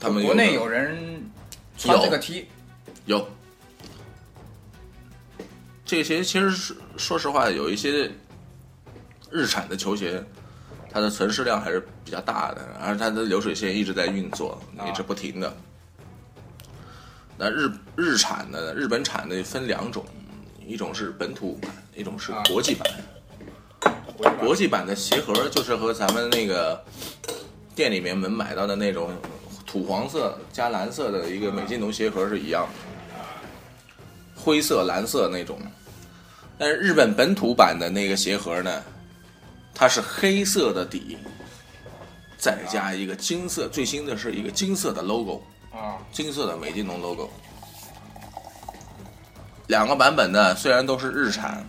S2: 他们
S1: 国内
S2: 有
S1: 有人穿这个 T，
S2: 有。这些其实是说实话，有一些日产的球鞋，它的存世量还是比较大的，而它的流水线一直在运作，
S1: 啊
S2: 一直不停的。那日日产的日本产的分两种，一种是本土版，一种是
S1: 啊
S2: 国际版。
S1: 国际版
S2: 国际版的鞋盒就是和咱们那个店里面我们买到的那种土黄色加蓝色的一个美津浓鞋盒是一样的，灰色、蓝色那种。但是日本本土版的那个鞋盒呢，它是黑色的底，再加一个金色，最新的是一个金色的 logo，
S1: 啊，
S2: 金色的美津浓 logo。两个版本呢，虽然都是日产，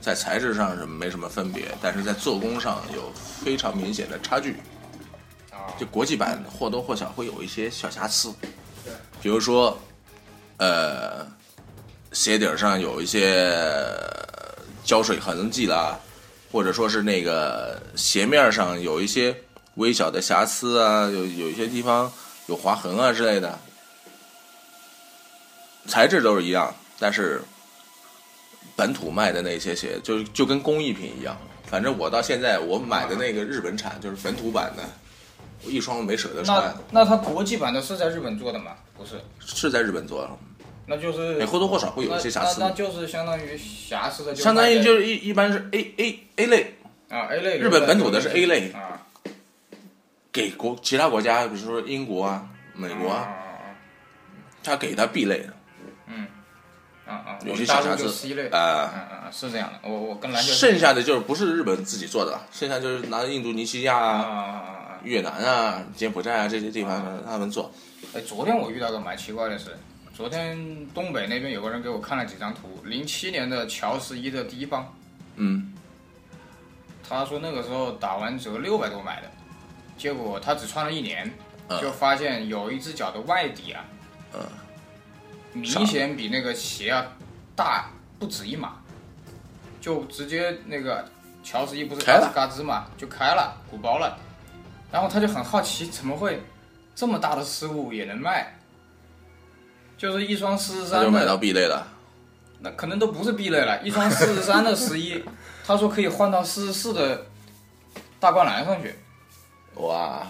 S2: 在材质上是没什么分别，但是在做工上有非常明显的差距。
S1: 啊，
S2: 就国际版或多或少会有一些小瑕疵
S1: 对，
S2: 比如说，呃，鞋底儿上有一些呃胶水痕迹啦，或者说是那个鞋面儿上有一些微小的瑕疵啊，有有一些地方有划痕啊之类的，材质都是一样，但是本土卖的那些鞋就就跟工艺品一样。反正我到现在我买的那个日本产就是本土版的，我一双没舍得穿
S1: 那，那它国际版的是在日本做的吗？不是，
S2: 是在日本做的，
S1: 那就是
S2: 也或多或少哎会有一些瑕疵
S1: 那那，那就是相当于瑕疵的就卖给，
S2: 相当于就是一一般是 A A A 类
S1: 啊 A 类，
S2: 日本本土的是 A 类
S1: 啊，
S2: 给国其他国家，比如说英国啊、美国
S1: 啊
S2: 啊，他给他 B 类的，
S1: 啊啊，
S2: 有些小瑕
S1: 我们大陆就
S2: 疵
S1: C 类，嗯
S2: 啊。
S1: 嗯嗯，是这样的，我我跟篮球
S2: 剩下的就是不是日本自己做的了，剩下就是拿印度尼西亚
S1: 啊
S2: 啊、
S1: 啊啊啊啊！
S2: 越南啊、柬埔寨啊这些地方他们做，
S1: 哎，昨天我遇到个蛮奇怪的事。昨天东北那边有个人给我看了几张图，零七年的乔十一的第一棒，
S2: 嗯，
S1: 他说那个时候打完折六百多买的，结果他只穿了一年，
S2: 嗯
S1: 就发现有一只脚的外底啊，
S2: 嗯
S1: 明显比那个鞋啊大不止一码，就直接那个乔十一不是
S2: 开
S1: 嘎
S2: 了
S1: 吱嘎吱嘛，就开了，鼓包了，然后他就很好奇怎么会这么大的失误也能卖，就是一双四十
S2: 他就
S1: 三
S2: 买到
S1: 的，
S2: B 类了。
S1: 那可能都不是 B 类了，一双四十三的十一，他说可以换到四十四的大灌篮上去。
S2: 哇，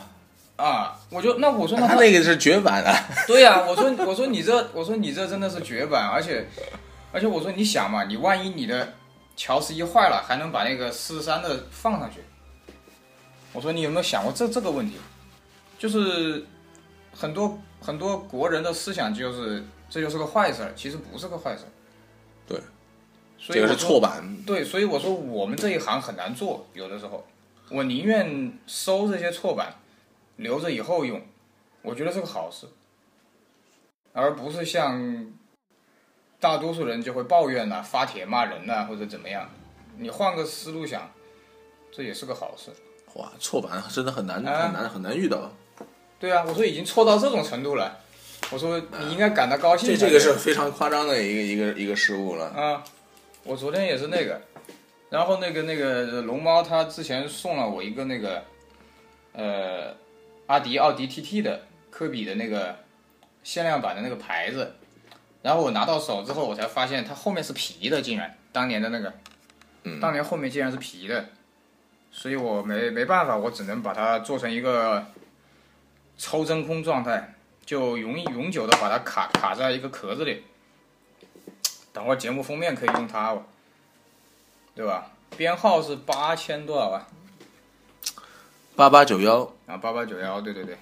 S1: 啊，我就那我说那
S2: 他那个是绝版啊！
S1: 对呀、我说我说你这我说你这真的是绝版，而且而且我说你想嘛，你万一你的乔十一坏了，还能把那个四三的放上去。我说你有没有想过这这个问题？就是很多很多国人的思想就是这就是个坏事儿，其实不是个坏事儿。
S2: 对，
S1: 所以
S2: 这
S1: 我
S2: 个是
S1: 说
S2: 错版，
S1: 对，所以我说我们这一行很难做，有的时候，我宁愿收这些错版，留着以后用，我觉得是个好事，而不是像大多数人就会抱怨呐、发帖骂人呐、或者怎么样。你换个思路想，这也是个好事。
S2: 哇，错版真的很难、
S1: 啊
S2: 很难很难遇到，
S1: 对啊，我说已经错到这种程度了，我说你应该感到高兴
S2: 这
S1: 才对。
S2: 这个是非常夸张的一个一个一个失误了。
S1: 啊，我昨天也是那个，然后那个那个龙猫他之前送了我一个那个，呃，阿迪奥迪 TT 的科比的那个限量版的那个牌子，然后我拿到手之后，我才发现它后面是皮的，竟然当年的那个，
S2: 嗯
S1: 当年后面竟然是皮的，所以我没没办法，我只能把它做成一个抽真空状态，就容易永久的把它卡卡在一个壳子里。等会儿节目封面可以用它哦，对吧？编号是八千多少啊？
S2: 八八九幺，
S1: 啊，八八九幺，对对对，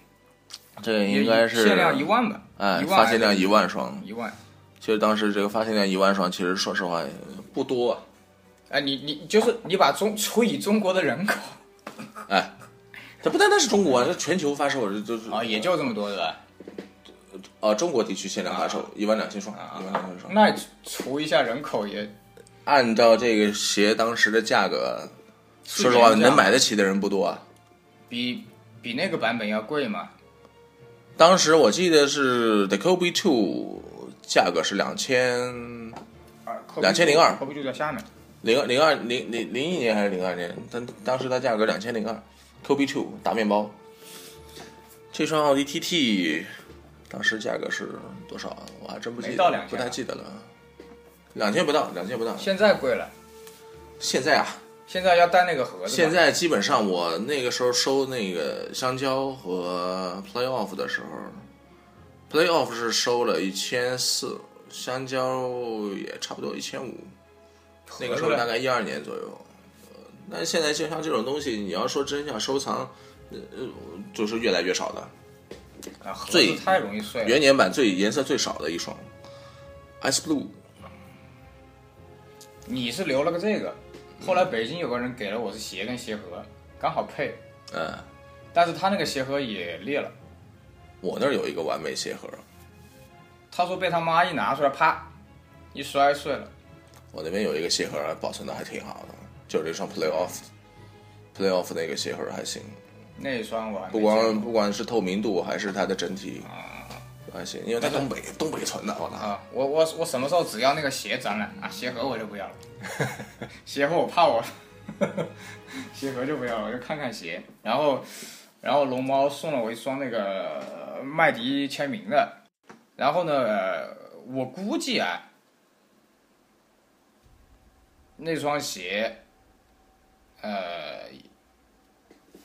S2: 这应该是
S1: 限量一万吧？
S2: 哎，
S1: 一万
S2: 发行量一万双。
S1: 一万。
S2: 其实当时这个发行量一万双，其实说实话不多、啊。
S1: 哎，你你就是你把中除以中国的人口
S2: 这不单单是中国，这全球发售这就是
S1: 啊，也就这么多对吧？
S2: 啊中国地区限量发售
S1: 啊
S2: 一万两千双，
S1: 啊
S2: 一万两千双。
S1: 那除一下人口也
S2: 按照这个鞋当时的价格，
S1: 说
S2: 说实话能买得起的人不多啊。
S1: 比比那个版本要贵嘛？
S2: 当时我记得是 The Kobe Two 价格是两千
S1: 啊，
S2: 2002
S1: 可不就在下面？
S2: 零二零二零零零一年还是零二年，当当时它价格两千零二，Kobe Two 大面包。这双奥迪 TT 当时价格是多少？我还真不记得，
S1: 没到2000
S2: 不太记得了。两千不到，两千不到。
S1: 现在贵了，
S2: 现在啊，
S1: 现在要带那个盒子嘛。
S2: 现在基本上我那个时候收那个香蕉和 Playoff 的时候，Playoff 是收了一千四，香蕉也差不多一千五。那个时候
S1: 盒子
S2: 大
S1: 嘞
S2: 概一二年左右。呃，但现在就像这种东西，你要说真想收藏，呃呃，就是越来越少的。
S1: 啊盒
S2: 最
S1: 子太容易碎了。
S2: 元年版最颜色最少的一双，Ice Blue，
S1: 你是留了个这个，后来北京有个人给了我是鞋跟鞋盒，刚好配，
S2: 呃，
S1: 但是他那个鞋盒也裂了。
S2: 我那儿有一个完美鞋盒，
S1: 他说被他妈一拿出来，啪，一摔碎了。
S2: 我那边有一个鞋盒保存的还挺好的，就是这双 Playoff Playoff 那个鞋盒还行，
S1: 那一双我还没啊
S2: 不
S1: 见
S2: 光
S1: 过
S2: 不管是透明度还是它的整体还行，因为它东北东北存的，我操，
S1: 啊，我我我什么时候只要那个鞋展览啊？鞋盒我就不要了， 鞋盒我怕我， 鞋盒就不要了，我就看看鞋。然后，然后龙猫送了我一双那个呃麦迪签名的，然后呢，呃我估计啊，那双鞋，呃，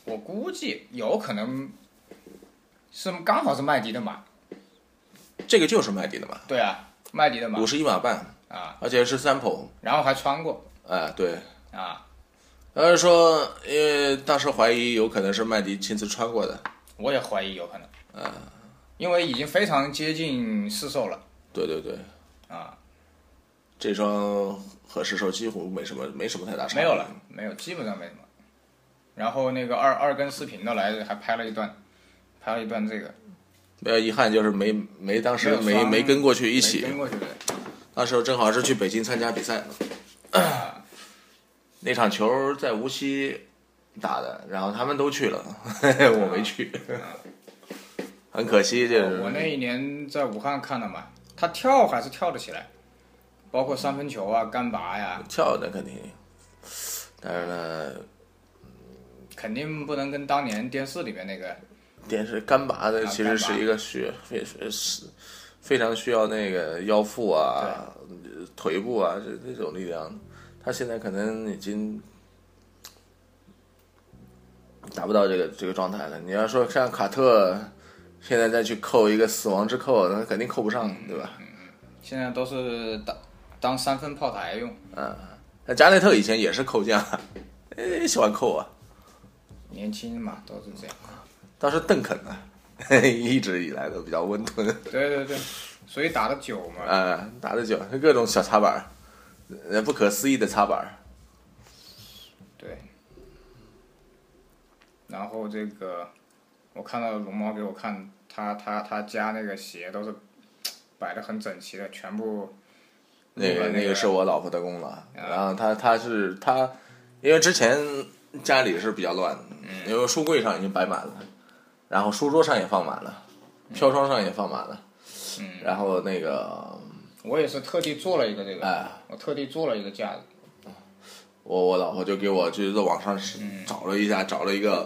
S1: 我估计有可能是刚好是麦迪的码，
S2: 这个就是麦迪的嘛，
S1: 对啊，麦迪的码
S2: 五十一码半，
S1: 啊。
S2: 而且是 sample，
S1: 然后还穿过
S2: 哎，对，
S1: 啊，
S2: 当时说，因为当时怀疑有可能是麦迪亲自穿过的，
S1: 我也怀疑有可能，嗯，因为已经非常接近市售了
S2: 对对对，
S1: 啊，
S2: 这双和市售几乎没什么没什么太大差，
S1: 没有了，，没有，基本上没什么。然后那个二二跟视频的来还拍了一段，拍了一段这个
S2: 比较遗憾就是没没当时
S1: 没有
S2: 没
S1: 双
S2: 没跟过去一
S1: 没
S2: 起
S1: 跟，过去的，
S2: 那时候正好是去北京参加比赛呢， 那场球在无锡打的，然后他们都去了，
S1: 啊
S2: 我没去，很可惜，这
S1: 哦我那一年在武汉看的嘛，他跳还是跳得起来，包括三分球啊、干拔呀，
S2: 跳的肯定，但是呢，
S1: 肯定不能跟当年电视里面那个
S2: 电视干拔的
S1: 啊
S2: 其实是一个需非是非常需要那个腰腹啊、腿部啊这这种力量，他现在可能已经达不到这个这个状态了。你要说像卡特现在再去扣一个死亡之扣，那肯定扣不上，对吧？
S1: 现在都是当当三分炮台用，
S2: 那加内特以前也是扣将， 也喜欢扣啊，
S1: 年轻嘛都是这样。
S2: 当时邓肯啊， 一直以来都比较温吞。
S1: 对对对，所以打的久嘛。
S2: 呃，打的久，各种小插板儿，呃，不可思议的插板儿。
S1: 对。然后这个，我看到龙猫给我看他他他家那个鞋都是摆的很整齐的，全部个
S2: 那个那
S1: 个
S2: 个啊是我老婆的功劳，然后她她是她，因为之前家里是比较乱的，因为书柜上已经摆满了，然后书桌上也放满了，飘窗上也放满了，然后那个
S1: 我也是特地做了一个这个，
S2: 哎，
S1: 我特地做了一个架子，
S2: 我我老婆就给我就是在网上是找了一下，找了一个，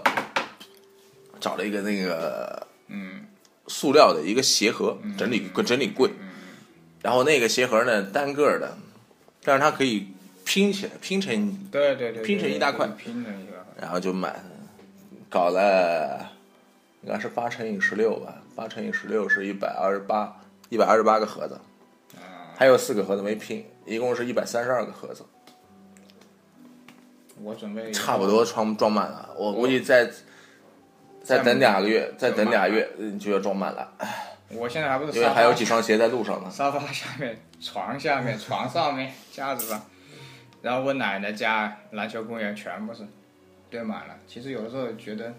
S2: 找了一个那个嗯，塑料的一个鞋盒整理整理柜，然后那个鞋盒呢单个儿的，但是它可以拼起来拼成，
S1: 对对对对
S2: 拼成一大块
S1: 对拼成一个。
S2: 然后就买，搞了应该是八乘以十六吧，八乘以十六是一百二十八，一百二十八个盒子，还有四个盒子没拼，一共是一百三十二个盒子。
S1: 我准备
S2: 差不多装装满了，我估计再再
S1: 再
S2: 等俩个月，再
S1: 就
S2: 等
S1: 满
S2: 俩
S1: 了
S2: 月嗯就要装满了，
S1: 我现在还不是
S2: 因为
S1: 沙
S2: 还有
S1: 发
S2: 几双鞋在路上呢。
S1: 沙发下面、床下面、床上面、架子上，然后我奶奶家、篮球公园全部是堆满了。其实有的时候觉得，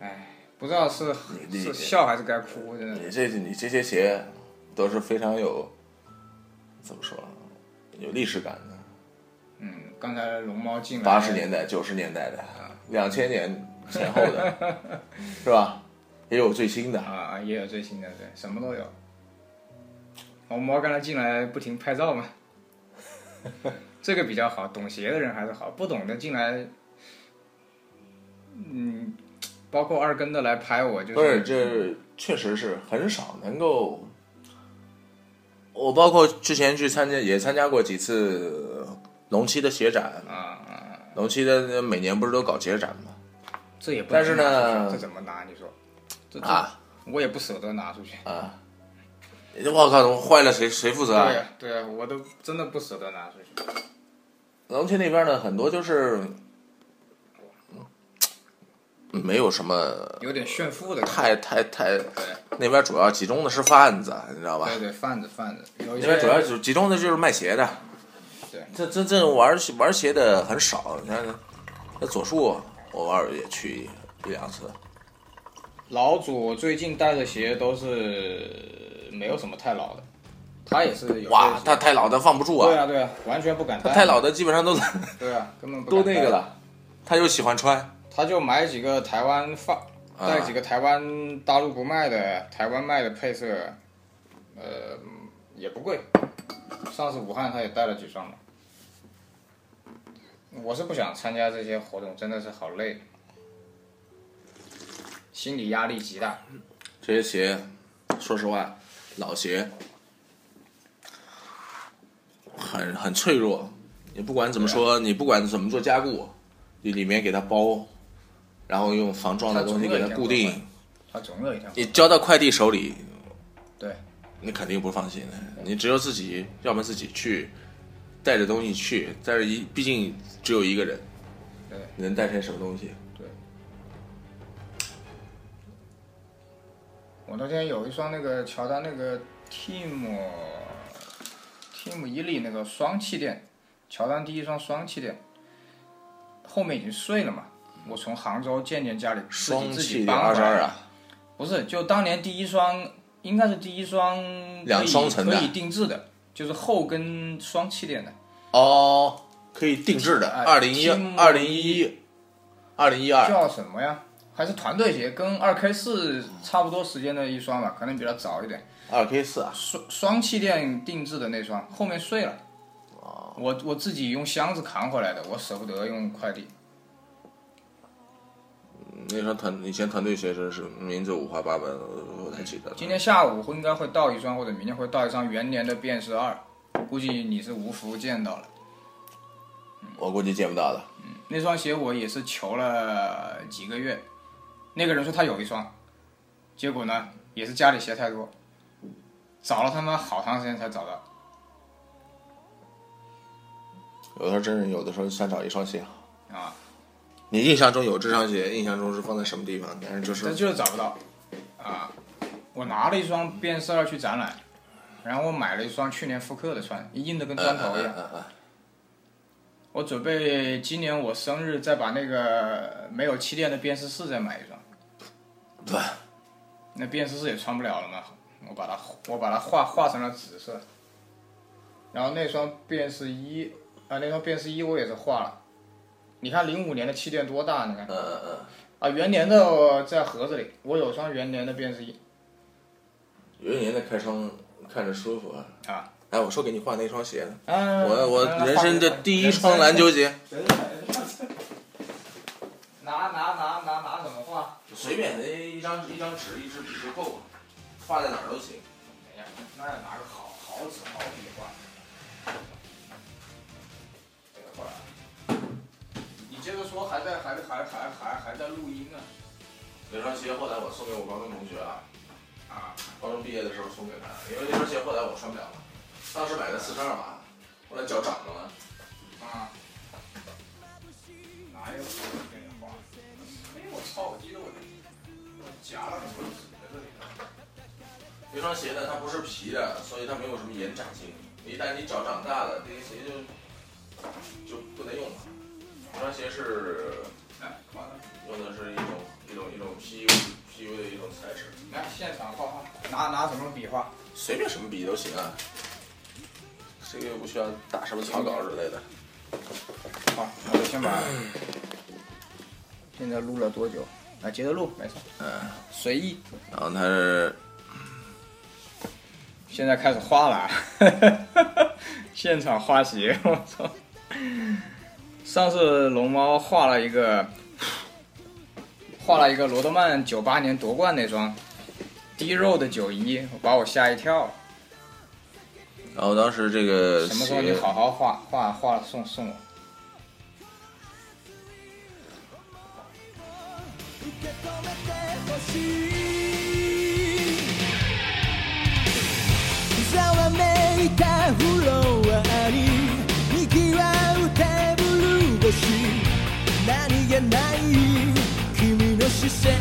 S1: 哎，不知道是
S2: 你
S1: 是笑还是该哭，真的。
S2: 你这你这些鞋都是非常有怎么说，有历史感的，
S1: 嗯，刚才龙猫进来，
S2: 八十年代、九十年代的、
S1: 啊
S2: 两千年前后 的，是吧？也有最新的，
S1: 啊，也有最新的，对，什么都有。龙猫刚才进来不停拍照嘛，这个比较好，懂鞋的人还是好，不懂的进来，嗯，包括二跟的来拍我，就是
S2: 不是，这确实是很少能够。我包括之前去参加也参加过几次龙七的鞋展，
S1: 啊啊，
S2: 龙七的每年不是都搞节展吗？
S1: 这也不
S2: 但是
S1: 能拿
S2: 呢
S1: 出去这怎么拿？你说，这这、
S2: 啊
S1: 我也不舍得拿出去。
S2: 啊！我靠，坏了谁谁负责啊
S1: 对？呀对呀，我都真的不舍得拿出去。
S2: 龙七那边呢，很多就是嗯没有什么
S1: 有点炫富的感觉。
S2: 太太太，那边主要集中的是贩子，你知道吧？
S1: 对对，贩子贩子，有一
S2: 那
S1: 些
S2: 边主要集集中的就是卖鞋的。
S1: 对
S2: 这真正玩玩鞋的很少。你看，那左树我偶尔也去一两次。
S1: 老左最近带的鞋都是没有什么太老的，他也是有
S2: 哇，他太老的放不住
S1: 对
S2: 啊，
S1: 啊对啊，完全不敢
S2: 他
S1: 带，
S2: 太老的基本上都
S1: 对啊，根本不
S2: 都
S1: 敢
S2: 那
S1: 带
S2: 个，了，他又喜欢穿
S1: 他就买几个台湾放，
S2: 啊
S1: 带几个台湾大陆不卖的、台湾卖的配色，呃，也不贵。上次武汉他也带了几双嘛。我是不想参加这些活动，真的是好累，心理压力极大。
S2: 这些鞋，说实话，老鞋很很脆弱，你不管怎
S1: 啊
S2: 么说，你不管怎么做加固，你里面给它包，然后用防撞的东西给它固定，
S1: 他总有一天会，
S2: 你交到快递手里，
S1: 对，
S2: 你肯定不放心的。你只有自己，要么自己去带着东西去，但是一毕竟只有一个人，
S1: 对
S2: 你能带些什么东西？
S1: 我那天有一双那个乔丹那个 Team Team 伊利那个双气垫，乔丹第一双双气垫，后面已经碎了嘛。我从杭州渐渐家里自己
S2: 双
S1: 自
S2: 气
S1: 己
S2: 垫
S1: 搬
S2: 二
S1: 回
S2: 十
S1: 来
S2: 二
S1: 的，
S2: 啊，
S1: 不是就当年第一双，应该是第一双可以
S2: 两双层的
S1: 可以定制的，就是后跟双气垫的。
S2: 哦，可以定制的，
S1: 哎
S2: 二零一、
S1: Team
S2: 二零一、二零一二，
S1: 叫什么呀？还是团队鞋，跟二 K 四差不多时间的一双吧，可能比较早一点。
S2: 二 K 四啊，
S1: 双双气垫定制的那双，后面碎了。我我自己用箱子扛回来的，我舍不得用快递。
S2: 那双团以前团队鞋真是名字五花八门，我我不太记得了。
S1: 今天下午会应该会到一双，或者明天会到一双元年的变式二，估计你是无福见到了。
S2: 我估计见不到了。
S1: 那双鞋我也是求了几个月，那个人说他有一双，结果呢也是家里鞋太多，找了他妈好长时间才找到。
S2: 有的时候真是有的时候想找一双鞋
S1: 啊。
S2: 你印象中有这双鞋，印象中是放在什么地方？但是就
S1: 但
S2: 是
S1: 就是找不到啊！我拿了一双变色二去展览，然后我买了一双去年复刻的穿，硬的跟砖头一样。
S2: 嗯嗯
S1: 我准备今年我生日再把那个没有气垫的变色四再买一双，
S2: 嗯对，
S1: 那变色四也穿不了了嘛，我把它我把它画画成了紫色，然后那双变色一啊那双变色一我也是画了，你看零五年的气垫多大，你看。
S2: 嗯嗯嗯，
S1: 啊，元年的我在盒子里，我有双元年的变色一
S2: 有一年的开窗看着舒服啊。
S1: 啊，
S2: 哎，我说给你换那双鞋呢，
S1: 啊，
S2: 我我
S1: 啊
S2: 人生的第一双篮球鞋，
S1: 拿拿拿拿拿什么画？
S2: 随便的一张一张纸一支笔就够了，画在哪儿都行。
S1: 哎呀，那要拿个好好纸好笔画。这个画啊，你接着说，还在还在还还还还在录音呢
S2: 那双鞋后来我送给我高中同学了。
S1: 啊！
S2: 高中毕业的时候送给他，因为那双鞋后来我穿不了了，当时买的四十二码，后来脚长着了。
S1: 啊！哪有手机给你画？哎我操！我记得我我夹了很多纸在这里呢。
S2: 那双鞋呢，它不是皮的，所以它没有什么延展性。一旦你脚长大了，这些鞋就就不能用了。那双鞋是
S1: 来，画了。
S2: 用的是一种一种一种 PU PU 的一种材质，
S1: 来现场画画，拿拿什么笔画？
S2: 随便什么笔都行啊。这个又不需要打什么草稿之类的。
S1: 好，那我先把。现在录了多久？啊，接着录，没事，
S2: 嗯，
S1: 随意。
S2: 然后它是
S1: 现在开始画了，啊 现场画鞋，我操！上次龙猫画了一个，画了一个罗德曼九八年夺冠那双 D Road 九一，把我吓一跳。
S2: 然后当时这个
S1: 什么时候你好好画画画了送送我？
S3: ざわめいたフロアににぎわうテーブル越し何気ない君の視線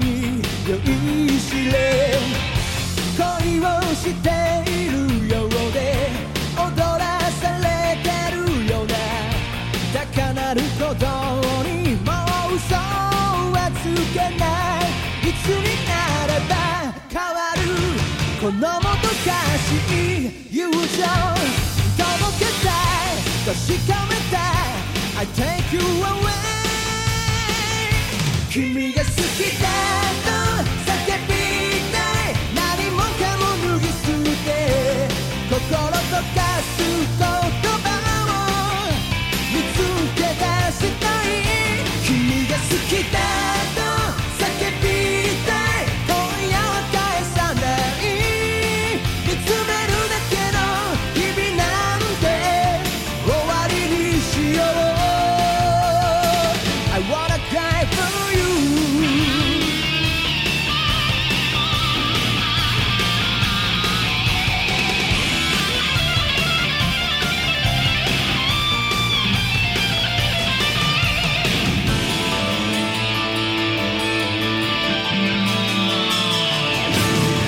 S3: に酔いしれ恋をしているようで踊らされてるような高鳴る鼓動にもう嘘はつけないいつになれば変わるこのもどかしい友情届けたい確かめたい I take you away 君が好きだと叫びたい何もかも脱ぎ捨て心溶かす言葉を見つけ出したい君が好きだと叫びたい今夜は返さない見つめるだけの日々なんて終わりにしよう I wanna cry for you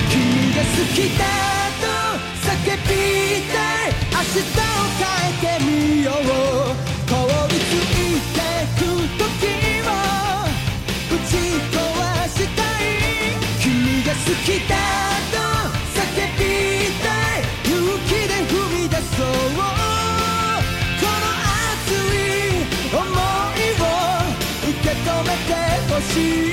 S3: 君が好きだと叫びたい明日を変えてみよう凍りついてく時を打ち壊したい君が好きだと叫びたい勇気で踏み出そうこの熱い想いを受け止めてほしい